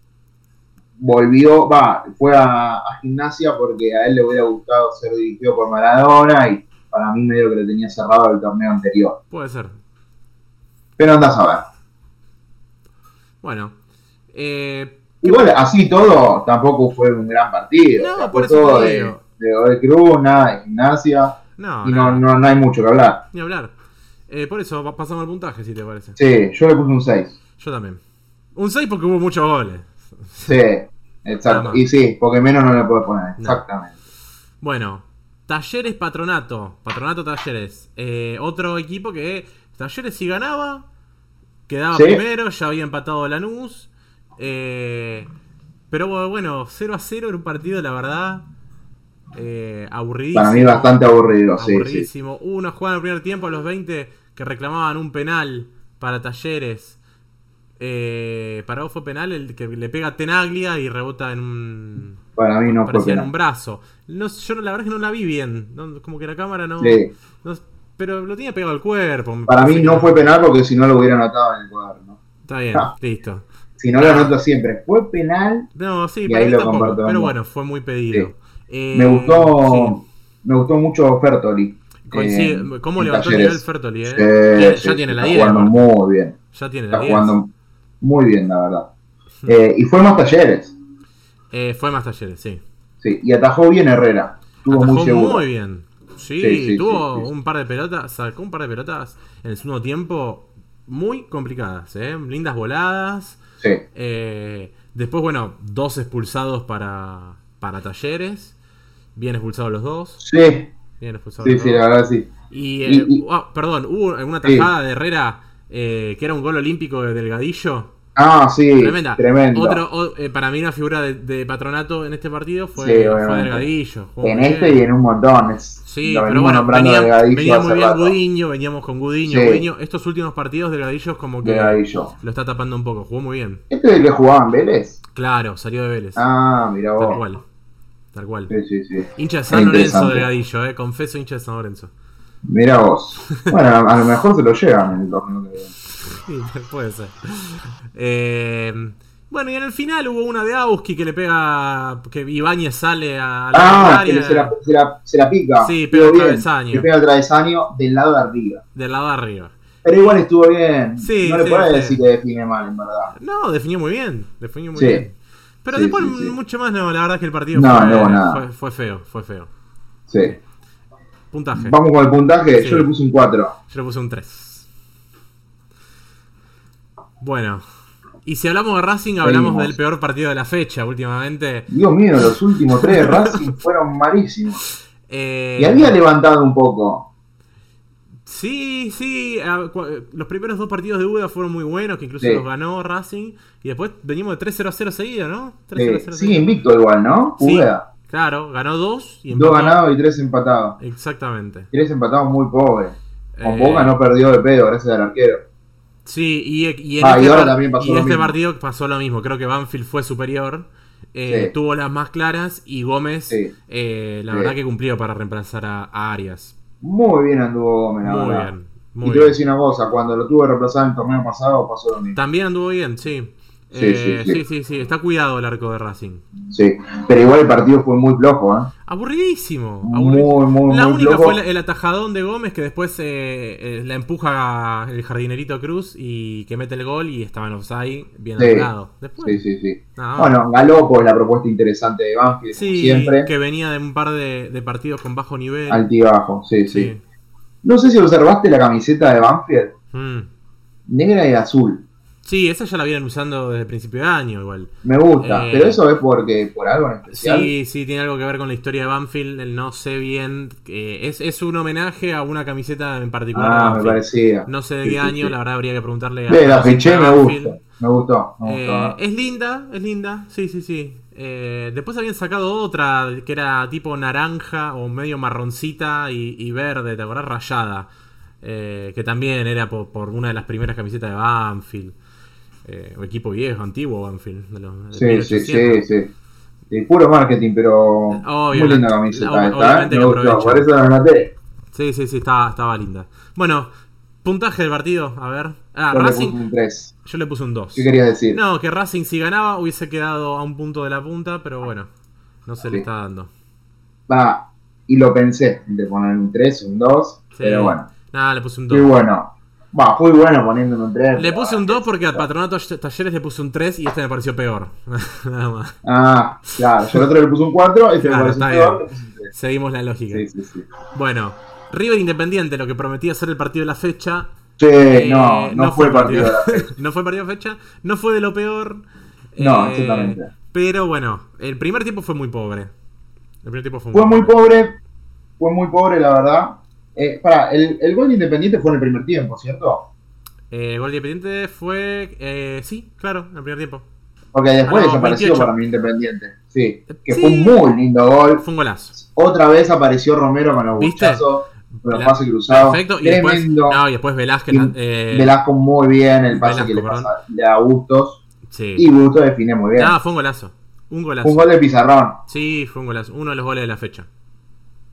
volvió, va, fue a, a gimnasia porque a él le hubiera gustado ser dirigido por Maradona y para mí medio que lo tenía cerrado el torneo anterior. Puede ser. Pero andás a ver. Bueno. Eh, Igual, así todo, tampoco fue un gran partido. No, O sea, por fue eso todo te de, digo. de Godoy Cruz, nada de gimnasia. no, Y no, no, no, no hay mucho que hablar. Ni hablar. Eh, por eso va- pasamos al puntaje, si te parece. Sí, yo le puse un 6. Yo también. Un 6 porque hubo muchos goles. Sí, Nada exacto. más. Y sí, porque menos no le puedo poner. Exactamente. Bueno, Talleres Patronato. Patronato Talleres. Eh, otro equipo que Talleres si ganaba, quedaba Sí. primero, ya había empatado Lanús. Eh, pero bueno, 0 a 0 era un partido, la verdad, eh, aburridísimo. Para mí bastante aburrido, sí, sí. Aburridísimo. Hubo una jugada en el primer tiempo a los 20 que reclamaban un penal para Talleres. Eh, para vos fue penal el que le pega a Tenaglia y rebota en un. Para mí no fue parecía en penal. un brazo. No, sé, yo la verdad es que no la vi bien. No, como que la cámara no, Sí. no- Pero lo tenía pegado al cuerpo. me Para parece mí que- no fue penal porque si no lo hubiera anotado en el cuaderno. Está bien, Ah. listo. Si no lo anoto siempre. Fue penal. No, sí, Y para ahí mí lo tampoco. comparto, Pero ¿no? bueno, fue muy pedido. Sí. Eh, Me sí. gustó. Me gustó mucho Fertoli. Coincide- eh, ¿Cómo en levantó el Talleres. nivel Fertoli? eh? Sí, Ya- sí, ya tiene la está 10. jugando aparte. muy bien. Ya tiene la Está 10. jugando muy bien, la verdad. Eh, y fue más talleres. Eh, fue más talleres, sí. Sí, y atajó bien Herrera. Estuvo Atajó muy seguro. bien. Sí, Sí, sí, tuvo sí, sí. un par de pelotas, sacó un par de pelotas en el segundo tiempo muy complicadas, ¿eh? lindas voladas. Sí. Eh, después, bueno, dos expulsados para, para Talleres. Bien expulsados los dos. Sí, Bien expulsados sí, los sí, dos. la verdad sí. Y, eh, Y- y- ah, perdón, hubo alguna Sí. tajada de Herrera eh, que era un gol olímpico de Delgadillo. Ah, sí. Tremenda. Tremendo. Otro, o- eh, para mí una figura de, de patronato en este partido fue, Sí, fue obviamente. Delgadillo. jugó En muy este bien. y en un montón. es- eh, Sí, lo pero venimos bueno, nombrando venía, Delgadillo venía muy hace bien rato. Gudiño, veníamos con Gudiño, Sí. Gudiño. Estos últimos partidos Delgadillo es como que Delgadillo. lo está tapando un poco, jugó muy bien. ¿Este es el que jugaba en Vélez? Claro, salió de Vélez. Ah, mira vos. Tal cual. Tal cual. Sí, sí, sí. Hincha de Qué San Lorenzo interesante. Delgadillo, eh. Confeso hincha de San Lorenzo. Mira vos. Bueno, a, a lo mejor se lo llevan en el torneo que viene. Sí, puede ser. Eh, bueno, y en el final hubo una de Auski que le pega. que Ibáñez sale a la Ah, que área se la, se la- se la pica. Sí, Estuvo pega el bien. travesaño. Que pega el travesaño del lado de arriba. del lado de arriba. Pero igual estuvo bien. Sí, no le sí, puedes sí. decir que define mal, en verdad. No, definió muy bien. Definió muy Sí. bien. Pero Sí, después sí, sí. mucho más, no, la verdad es que el partido No, fue, no hubo nada. fue- fue feo, fue feo. Sí. Puntaje. Vamos con el puntaje. Sí. Yo le puse un 4. Yo le puse un 3. Bueno. Y si hablamos de Racing, hablamos Seguimos. del peor partido de la fecha últimamente. Dios mío, los últimos tres de Racing fueron malísimos. Eh, Y había levantado un poco. Sí, sí. a- cua- Los primeros dos partidos de Buda fueron muy buenos, que incluso Sí. los ganó Racing. Y después venimos de 3-0-0 seguido, ¿no? Eh, 3-0-0 sigue invicto igual, ¿no? Sí, Ubeda. claro, ganó dos y Dos empató. ganados y tres empatados. Exactamente. Tres empatados muy pobres. Con Eh, Boca no perdió de pedo, gracias al arquero. Sí, y, y en Ah, y este, ahora par- también pasó y lo este mismo. partido pasó lo mismo. Creo que Banfield fue superior. eh, Sí. Tuvo las más claras y Gómez, Sí. eh, la Sí. verdad que cumplió para reemplazar a, a Arias. Muy bien anduvo Gómez, la Muy verdad. bien. y Muy te voy a bien. decir una cosa, cuando lo tuve reemplazado en el torneo pasado pasó lo mismo. También anduvo bien, sí. Sí, sí, Eh, sí. sí, sí, sí. Está cuidado el arco de Racing. Sí, pero igual el partido fue muy flojo, ¿eh? Aburridísimo. Muy, aburridísimo. muy, muy Ah, La única flojo. fue la- el atajadón de Gómez que después eh, eh, la empuja el jardinerito Cruz y que mete el gol y estaba en offside bien Sí. anulado. Después, Sí, sí, sí. nada más. Bueno, Galopo es la propuesta interesante de Banfield, como Ah. Sí, siempre. que venía de un par de, de partidos con bajo nivel. Altibajo, sí, sí, Sí. No sé si observaste la camiseta de Banfield, Mm. negra y azul. Sí, esa ya la vienen usando desde el principio de año igual. Me gusta, Eh, pero eso es porque por algo en especial. Sí, sí, tiene algo que ver con la historia de Banfield, el no sé bien. eh, es, es un homenaje a una camiseta en particular. de ah, me Banfield. parecía. No sé de Sí, qué sí, año, sí. la verdad habría que preguntarle a Ve, la a gente fiché, de me Banfield. gusta. Me gustó, me Eh, gustó. es linda, es linda, sí, sí, sí. Eh, después habían sacado otra que era tipo naranja o medio marroncita y, y verde, ¿te acordás? Rayada. Eh, que también era por, por una de las primeras camisetas de Banfield. Eh, un equipo viejo, antiguo Banfield. de los- de Sí, sí, 1800. sí, sí. Sí, puro marketing, pero Obvio, muy linda la- camiseta esta, la- ¿eh? obviamente me que gustó, aprovechan. por eso la noté. Sí, sí, sí, estaba, estaba linda. Bueno, puntaje del partido, a ver. Ah, Yo le puse Racing, un 3. yo le puse un 2. ¿Qué querías decir? No, que Racing si ganaba hubiese quedado a un punto de la punta, pero bueno, no se le Sí. está dando. Va, y lo pensé, de poner un 3, un 2, Sí. pero bueno, Nada, le puse un muy 2. bueno. Va, fui bueno poniéndome un 3. Le puse un 2 porque al Patronato Talleres le puse un 3 y este me pareció peor. Nada más. Ah, claro, yo al otro le puse un 4, este Claro, me está parece peor, bien. le puse un 3. Seguimos la lógica. Sí, sí, sí. Bueno, River Independiente, lo que prometía ser el partido de la fecha. Che, eh, no, no, fue partido. no fue partido de fecha, no fue de lo peor. No, eh, exactamente. Pero bueno, el primer tiempo fue muy pobre. El primer tiempo fue muy, Fue muy pobre, fue muy pobre, la verdad. Eh, pará, el, el gol de Independiente fue en el primer tiempo, ¿cierto? Eh, el gol de Independiente fue. eh, sí, claro, en el primer tiempo. Porque después Ah, no, desapareció 28. para mí Independiente. Sí, que Sí. fue un muy lindo gol. Fue un golazo. Otra vez apareció Romero con los ¿Viste? buchazos, con los La- pases cruzados. Perfecto. Y después, Tremendo. no, y después Velázquez. Y eh, Velasco muy bien, el pase Velasco, que le perdón. pasa le da a Bustos. sí. Y Bustos define muy bien. Ah, fue un golazo. Un golazo. un gol de Pizarrón. Sí, fue un golazo. Uno de los goles de la fecha.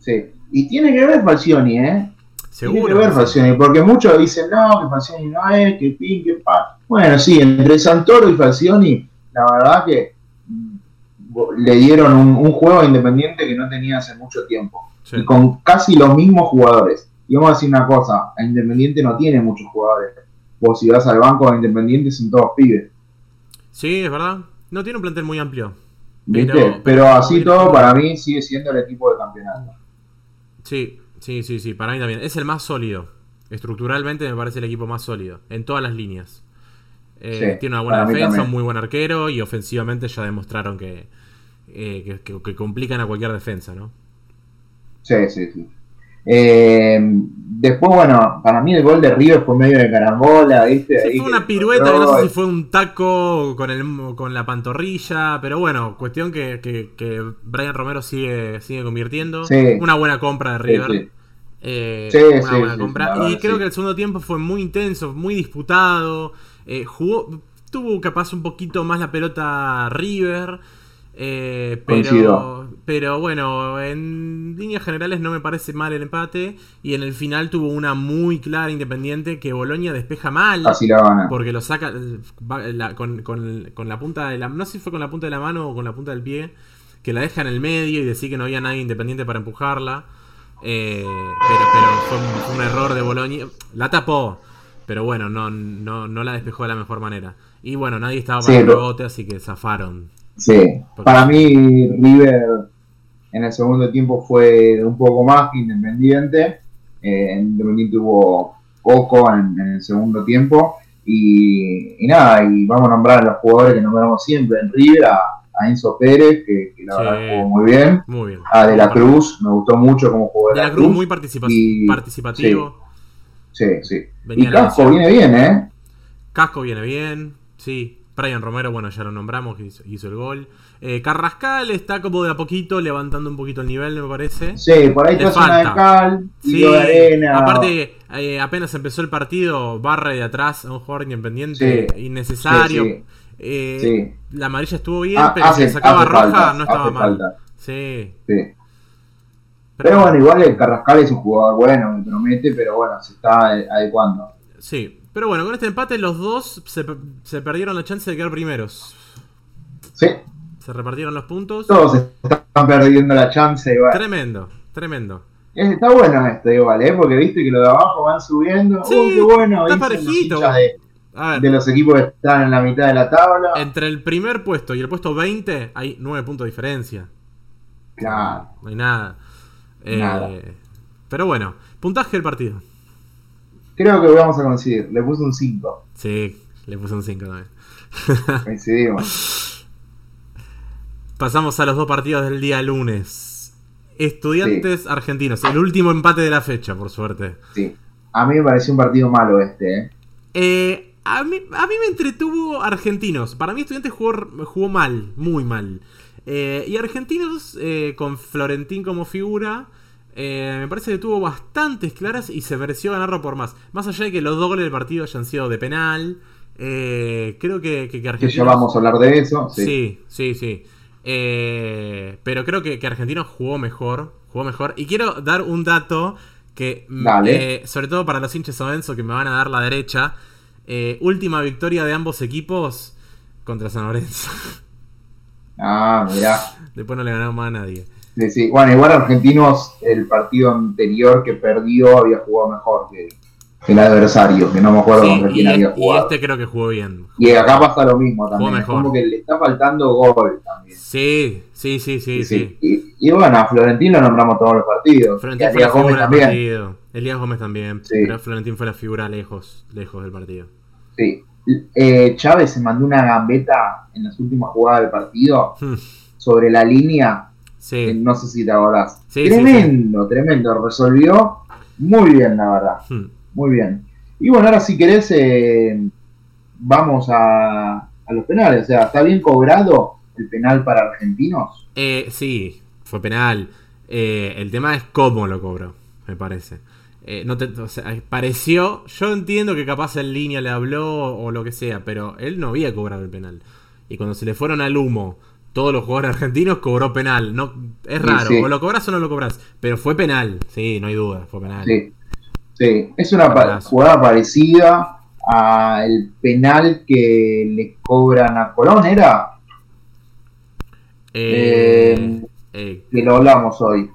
Sí. Y tiene que ver Falcioni, ¿eh? Tiene que Seguro. ver Falcioni, porque muchos dicen, no, que Falcioni no es, que pin, que pa. Bueno, sí, entre Santoro y Falcioni, la verdad que mm, bo- le dieron un, un juego a independiente que no tenía hace mucho tiempo. Sí. Y con casi los mismos jugadores. Y vamos a decir una cosa, a Independiente no tiene muchos jugadores. Vos si vas al banco de Independiente son todos pibes. Sí, es verdad. No tiene un plantel muy amplio. ¿Viste? Pero- Pero, así todo, para mí sigue siendo el equipo de campeonato. Sí, sí, sí, sí. Para mí también. Es el más sólido. Estructuralmente me parece el equipo más sólido. En todas las líneas. Eh, Sí, tiene una buena para mí defensa, también. un muy buen arquero. Y ofensivamente ya demostraron que, eh, que, que- que complican a cualquier defensa, ¿no? Sí, sí, sí. Eh, después, bueno, para mí el gol de River fue medio de carambola, ¿viste? Sí, Ahí fue que- una pirueta que no sé si fue un taco con, el, con la pantorrilla, pero bueno, cuestión que, que- que Brian Romero sigue, sigue convirtiendo. Sí. Una buena compra de Sí, River. sí. Eh, Sí, una sí, buena sí, compra. la verdad y que creo sí. que el segundo tiempo fue muy intenso, muy disputado. Eh, jugó, tuvo capaz un poquito más la pelota River. eh, pero, Coincido. pero bueno, en líneas generales no me parece mal el empate. Y en el final tuvo una muy clara independiente que Boloña despeja mal. Así la gana. Porque lo saca eh, va- la- con, con- con la punta de la no sé si fue con la punta de la mano o con la punta del pie, que la deja en el medio y decir que no había nadie independiente para empujarla. Eh, pero, pero fue un, fue un error de Boloña. La tapó, pero bueno, no, no, no la despejó de la mejor manera. Y bueno, nadie estaba para Sí, el lo- rebote, así que zafaron. Sí. Para mí, River en el segundo tiempo fue un poco más que Independiente. Eh, Independiente tuvo poco en, en el segundo tiempo. Y, y nada, y vamos a nombrar a los jugadores que nombramos siempre en River, a, a Enzo Pérez, que, que la Sí. verdad jugó muy bien. Muy bien. A De la Cruz, me gustó mucho como jugador. De la Cruz muy participa- y- participativo. Sí, sí. Venía y la Casco lesión. viene bien, ¿eh? Casco viene bien, sí. Brian Romero, bueno, ya lo nombramos, que hizo, hizo el gol. Eh, Carrascal está como de a poquito, levantando un poquito el nivel, me parece. Sí, por ahí Le está zona de falta. cal, tiro de arena. aparte, eh, apenas empezó el partido, barre de atrás a un jugador independiente, Sí, innecesario. sí, Eh, sí. La amarilla estuvo bien, Ah, pero si hace- le sacaba hace roja falta, no estaba hace mal. falta, Sí. sí. Pero bueno, igual el Carrascal es un jugador bueno, me promete, pero bueno, se está adecuando. Sí. Pero bueno, con este empate los dos se, pe- se perdieron la chance de quedar primeros. Sí, Se repartieron los puntos. todos están perdiendo la chance igual. Tremendo, tremendo. Es- Está bueno esto igual, ¿eh? Porque viste que los de abajo van subiendo. Sí, Uy, qué bueno, está dicen los parejito. hinchas de, A ver, de los equipos que están en la mitad de la tabla. Entre el primer puesto y el puesto 20 hay 9 puntos de diferencia. Claro. No hay nada. Eh, Nada. Pero bueno, puntaje del partido. Creo que vamos a coincidir. Le puse un 5. Sí. Le puse un 5 también. Ah. Coincidimos. Pasamos a los dos partidos del día lunes. Estudiantes argentinos, el último empate de la fecha, por suerte. Sí. A mí me pareció un partido malo este, ¿eh? Eh, a, mí, a mí me entretuvo Argentinos. Para mí Estudiantes jugó, jugó mal, muy mal. Eh, y Argentinos, eh, con Florentín como figura, eh, me parece que tuvo bastantes claras y se mereció ganarlo por más. Más allá de que los dos goles del partido hayan sido de penal, eh, creo que, que, que Que Argentinos... ya vamos a hablar de eso. Sí. Sí, sí, sí. Eh, pero creo que, que Argentinos jugó mejor. Jugó mejor. Y quiero dar un dato que, mm, Dale. eh, sobre todo para los hinchas Odenso que me van a dar la derecha. eh, última victoria de ambos equipos contra San Lorenzo. Ah, mirá. Después no le ganaron más a nadie. Sí, sí. Bueno, igual Argentinos, el partido anterior que perdió, había jugado mejor que que el adversario, que no me acuerdo Sí, contra y, quién había y jugado. este creo que jugó bien. Y acá pasa lo mismo también. Es mejor. como que le está faltando gol también. Sí, sí, sí, sí, sí. Y, y bueno, a Florentino nombramos todos los partidos. y Florentín a fue la Díaz Gómez figura del también. partido. Elías Gómez también. Sí. Pero Florentín fue la figura lejos, lejos del partido. Sí. Eh, Chávez se mandó una gambeta en las últimas jugadas del partido Hmm, sobre la línea. Sí. que No sé si te acordás. Sí, sí, tremendo, tremendo. Resolvió muy bien, la verdad. hmm. Muy bien. Y bueno, ahora si querés, eh, vamos a, a los penales. O sea, ¿está bien cobrado el penal para argentinos? Eh, sí, fue penal. Eh, el tema es cómo lo cobró, me parece. Eh, no te, o sea, pareció, yo entiendo que capaz en línea le habló o lo que sea, pero él no había cobrado el penal. Y cuando se le fueron al humo todos los jugadores argentinos, cobró penal. No, es Sí, raro, sí. o lo cobras o no lo cobras, pero fue penal, sí, no hay duda, fue penal. Sí. Sí, es una pa- Penalazo. jugada parecida al penal que le cobran a Colón, ¿era? Eh, Eh, eh, Que lo hablamos hoy.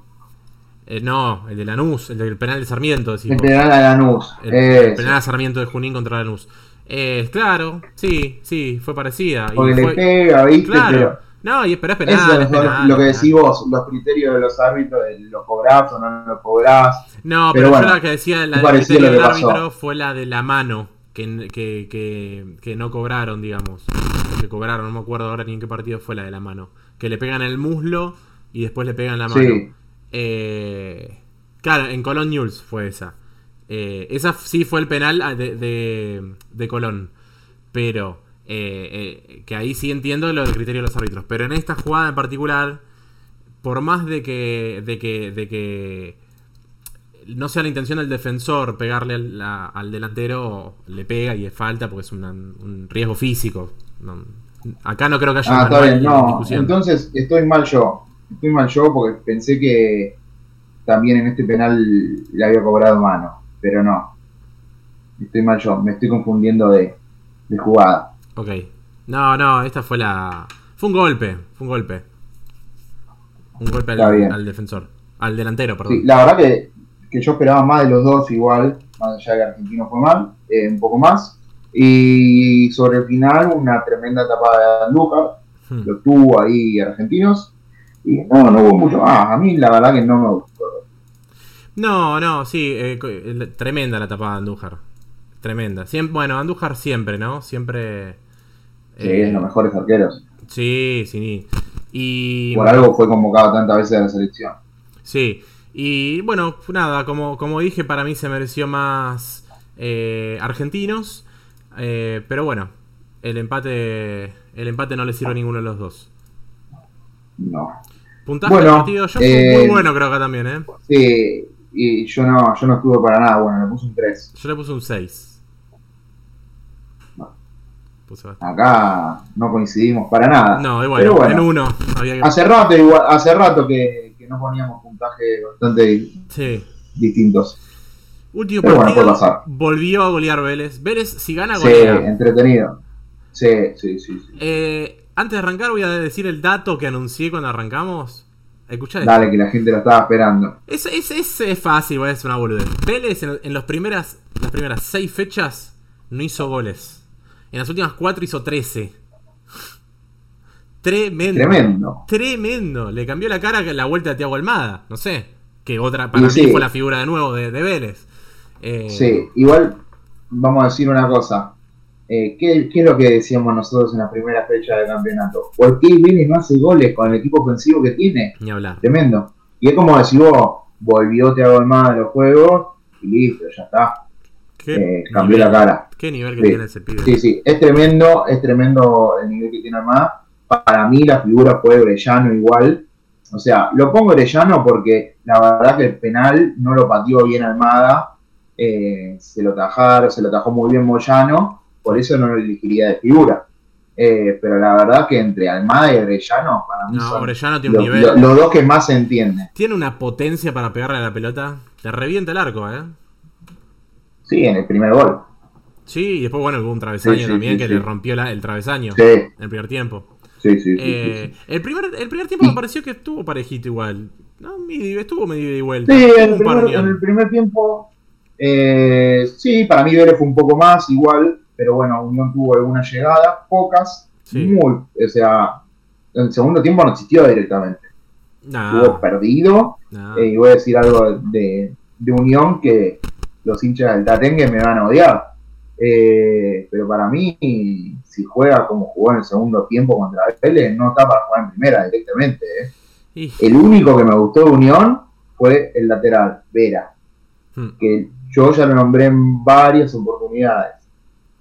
eh, no, el de Lanús, el del penal de Sarmiento, decimos. El penal a Lanús. El, el Eso. penal a Sarmiento de Junín contra Lanús. Eh, claro, sí, sí, fue parecida. Y Porque le fue- pega, ¿viste? claro. Pero No, y espera, espera. eso es lo que decís vos, los criterios de los árbitros, de lo cobrás o no lo cobrás. No, Pero pero, yo bueno, la que decía la me del pareció criterio lo que del pasó. árbitro fue la de la mano que, que, que, que no cobraron, digamos. Que cobraron, no me acuerdo ahora ni en qué partido fue la de la mano. Que le pegan el muslo y después le pegan la mano. Sí. Eh, claro, en Colón News fue esa. Eh, esa sí fue el penal ah, de, de- de Colón. Pero eh, eh, que ahí sí entiendo lo del criterio de los árbitros. Pero en esta jugada en particular, por más de que, de que, de que no sea la intención del defensor pegarle al, la- al delantero, le pega y es falta porque es una- un riesgo físico. No- acá no creo que haya Ah, está manual bien, ni no. discusión. Entonces estoy mal yo. Estoy mal yo porque pensé que también en este penal le había cobrado mano, pero no. Estoy mal yo, me estoy confundiendo de, de jugada. Ok. No, no, esta fue la. Fue un golpe, fue un golpe. Un golpe al, Está bien. al defensor. Al delantero, Sí, perdón. la verdad que, que yo esperaba más de los dos igual, más allá de que Argentino fue mal, eh, un poco más. Y sobre el final, una tremenda tapada de Andújar, Hmm. lo tuvo ahí Argentinos. Y no, no hubo mucho más. A mí la verdad que no me gustó. No, no, sí. eh, co- eh, la- tremenda la tapada de Andújar. Tremenda. Siem- bueno, Andújar siempre, ¿no? Siempre. Sí, eh, es de los mejores arqueros. sí, sí. Y. Por algo fue convocado tantas veces a la selección. Sí, y bueno, nada, como, como dije, para mí se mereció más eh, argentinos, eh, pero bueno, el empate, el empate no le sirve a ninguno de los dos. No. Puntaje Bueno, del partido, yo fui eh, muy bueno creo acá también, ¿eh? Sí, y yo no, yo no estuve para nada bueno, le puse un 3. Yo le puse un 6. Bueno. Puse bastante. Acá no coincidimos para nada. No, y Pero bueno, bueno, Ah, en uno había que... hace rato, igual, hace rato que, que no poníamos puntajes bastante di- Sí. distintos. Último Pero bueno, partido, puede pasar. volvió a golear Vélez. Vélez, si gana, Sí, golea. entretenido. Sí, sí, sí. sí. Eh, antes de arrancar voy a decir el dato que anuncié cuando arrancamos. Escuchá esto. Dale, que la gente lo estaba esperando. Es, es, es, eh, fácil, es una boludez. Vélez en, en los primeras, las primeras seis fechas no hizo goles. En las últimas cuatro hizo 13. Tremendo. Tremendo. Tremendo. Le cambió la cara la vuelta de Tiago Almada. No sé. Que otra para Y mí sí. fue la figura de nuevo de, de Vélez. Eh, Sí, igual vamos a decir una cosa. eh, ¿qué, ¿qué, es lo que decíamos nosotros en la primera fecha del campeonato? ¿Por qué Vélez no hace goles con el equipo ofensivo que tiene? Ni hablar. Tremendo. Y es como decir vos, oh, volvió Thiago Almada de los juegos y listo, ya está. Eh, cambió nivel, la cara. Qué nivel que Sí. tiene ese pibe. Sí, sí, es tremendo, es tremendo el nivel que tiene Armada. Para mí la figura fue Orellano igual. O sea, lo pongo Orellano porque la verdad que el penal no lo pateó bien Armada. Eh, se lo tajaron, se lo tajó muy bien Moyano, por eso no lo elegiría de figura. Eh, pero la verdad que entre Almada y Orellano, para mí No, son Orellano tiene un los, nivel. los- los dos que más se entienden. Tiene una potencia para pegarle a la pelota. Te revienta el arco, ¿eh? Sí, en el primer gol. Sí, y después, bueno, hubo un travesaño Sí, sí, también sí, que sí. le rompió la- el travesaño Sí, sí, en el primer tiempo. sí. sí, sí, Eh, el, primer, el primer tiempo me pareció que estuvo parejito igual. No, medio- estuvo medio ida y vuelta. Sí, Hubo en el un par primer, de en el unión. primer tiempo, eh, sí, para mí Vélez fue un poco más igual, pero bueno, Unión tuvo algunas llegadas, pocas, Sí. muy, o sea, en el segundo tiempo no existió directamente, estuvo Nah, perdido. perdido, nah. eh, y voy a decir algo de, de Unión que los hinchas del Tatengue me van a odiar, eh, pero para mí, si juega como jugó en el segundo tiempo contra Vélez, no está para jugar en primera directamente, eh. Y- el único que me gustó de Unión fue el lateral, Vera hmm. que yo ya lo nombré en varias oportunidades.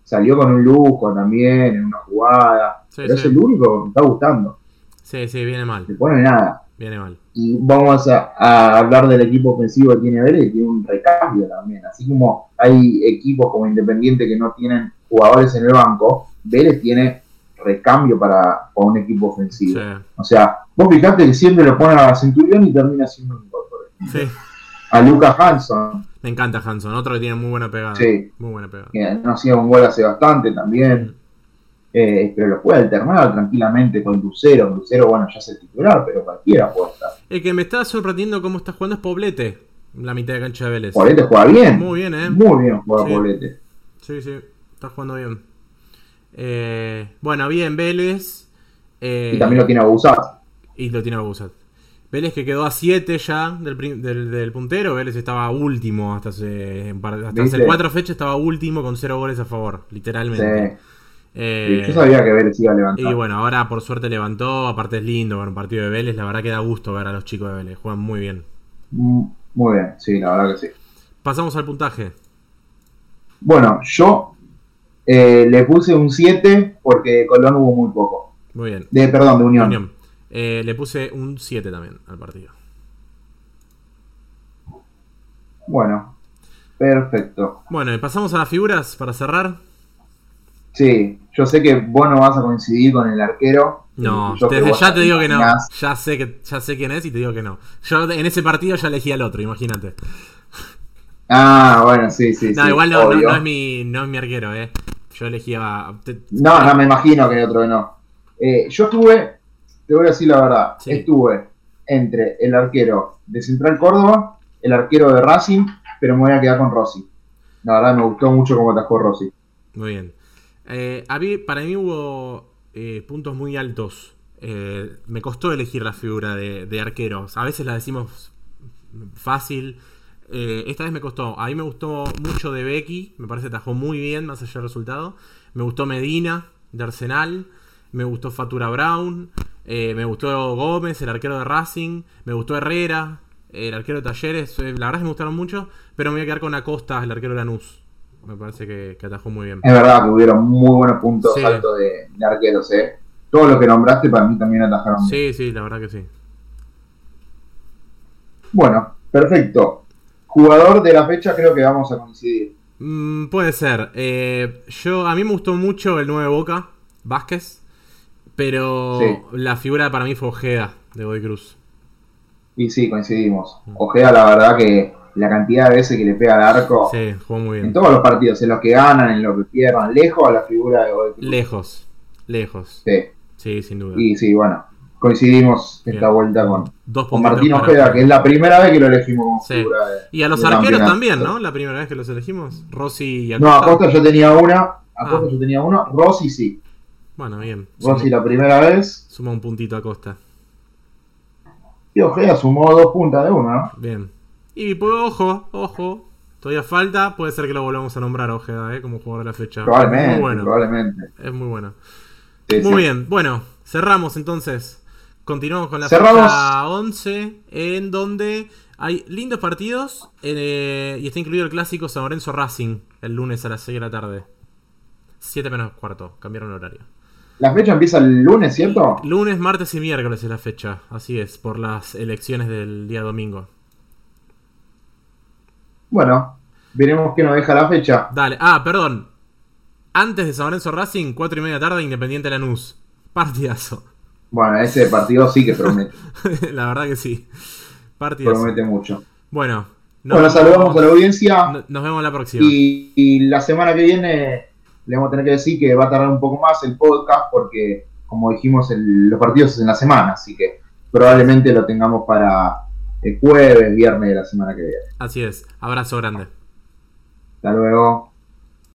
Salió con un lujo también, en una jugada. Sí, pero es sí. el único que me está gustando. Sí, sí, viene mal. Le pone nada. Viene mal. Y vamos a, a hablar del equipo ofensivo que tiene Vélez, que tiene un recambio también. Así como hay equipos como Independiente que no tienen jugadores en el banco, Vélez tiene recambio para, para un equipo Sí. ofensivo. O sea, vos fijate que siempre lo pone a Centurión y termina siendo un gol. por ejemplo. sí. A Lucas Hanson, Me encanta Hanson. Otro que tiene muy buena pegada. Sí. Muy buena pegada. que no hacía un gol hace bastante también. Eh, pero lo puede alternar tranquilamente con Lucero. Lucero, bueno, ya es el titular, pero cualquiera puede estar. El que me está sorprendiendo cómo está jugando es Poblete. La mitad de cancha de Vélez. Poblete juega bien. Muy bien, ¿eh? Muy bien juega Sí. Poblete. Sí, sí. Está jugando bien. Eh, bueno, bien, Vélez. Eh, Y también lo tiene abusado. Y lo tiene Abusat. Vélez que quedó a 7 ya del, prim- del- del puntero. Vélez estaba último hasta hace, un par- hasta hace ¿Viste? cuatro fechas. Estaba último con 0 goles a favor, literalmente. Sí. Eh, Yo sabía que Vélez iba a levantar. y bueno, ahora por suerte levantó. Aparte es lindo ver un partido de Vélez. La verdad que da gusto ver a los chicos de Vélez. Juegan muy bien. Mm, Muy bien, sí, la verdad que sí. Pasamos al puntaje. Bueno, yo eh, le puse un 7 porque de Colón hubo muy poco. Muy bien. De, perdón, de Unión. Unión. Eh, le puse un 7 también al partido. Bueno, perfecto. Bueno, y pasamos a las figuras para cerrar. Sí, yo sé que vos no vas a coincidir con el arquero. No, Yo que desde vos ya te digo que no. imaginás. Ya sé, que, ya sé quién es y te digo que no. Yo en ese partido ya elegí al otro, imagínate. Ah, bueno, sí, sí. No, sí, igual no, no- obvio. no es mi, no es mi arquero, eh. Yo elegí a. te- No, no, me imagino que el otro que no. Eh, yo estuve, te voy a decir la verdad, Sí. estuve entre el arquero de Central Córdoba, el arquero de Racing, pero me voy a quedar con Rossi. La verdad me gustó mucho cómo atajó Rossi. Muy bien. Eh, a mí- para mí hubo eh, puntos muy altos. Eh, me costó elegir la figura de, de arqueros. A veces la decimos fácil. Eh, esta vez me costó. A mí me gustó mucho de Becky. Me parece que tajó muy bien, más allá del resultado. Me gustó Medina, de Arsenal. Me gustó Fatura Brown. Eh, me gustó Gómez, el arquero de Racing. Me gustó Herrera, el arquero de Talleres. Eh, la verdad es que me gustaron mucho. Pero me voy a quedar con Acosta, el arquero de Lanús. Me parece que, que atajó muy bien. Es verdad que hubieron muy buenos puntos Sí. altos de, de arqueros, ¿eh? Todos los que nombraste para mí también atajaron. Sí, sí, la verdad que sí. Bueno, perfecto. Jugador de la fecha creo que vamos a coincidir. Mm, puede ser. Eh, yo, a mí me gustó mucho el 9 Boca, Vázquez. Pero Sí. la figura para mí fue Ojeda, de Godoy Cruz. Y sí, coincidimos. Mm. Ojeda, la verdad que la cantidad de veces que le pega al arco... Sí, jugó muy En bien. todos los partidos, en los que ganan, en los que pierdan, lejos a la figura de Godoy Cruz. Lejos, lejos. Sí. Sí, sin duda. Y sí, bueno, coincidimos esta Bien. vuelta con, Dos con puntitos Martín para- Ojeda, que es la primera vez que lo elegimos como Sí. figura de- Y a los del arqueros campeonato. también, ¿no? La primera vez que los elegimos. Rossi y No, Acosta. Acosta yo tenía una, Ah. Acosta yo tenía una, Rossi sí, Bueno, bien. Suma, Rossi la primera vez, suma un puntito a Costa. y Ojeda sumó dos puntas de una, ¿no? Bien. Y pues, ojo, ojo. Todavía falta, puede ser que lo volvamos a nombrar a Ojeda, ¿eh? como jugador de la fecha. Probablemente, Muy bueno. probablemente. Es muy bueno. Sí, Muy sí. bien, bueno, cerramos entonces. Continuamos con la Cerramos. fecha 11, en donde hay lindos partidos eh, y está incluido el clásico San Lorenzo Racing el lunes a las 6 de la tarde. 7 menos cuarto, cambiaron el horario. La fecha empieza el lunes, ¿cierto? Lunes, martes y miércoles es la fecha, así es, por las elecciones del día domingo. Bueno, veremos qué nos deja la fecha. Dale, ah, perdón. Antes de San Lorenzo Racing, 4 y media de la tarde, Independiente Lanús. Partidazo. Bueno, ese partido sí que promete, la verdad que sí. Partidazo. promete mucho. Bueno, bueno, saludamos a la audiencia No- Nos vemos la próxima. y, y la semana que viene le vamos a tener que decir que va a tardar un poco más el podcast porque, como dijimos, el- los partidos es en la semana, así que probablemente lo tengamos para el jueves, viernes de la semana que viene. Así es. Abrazo grande. Hasta luego.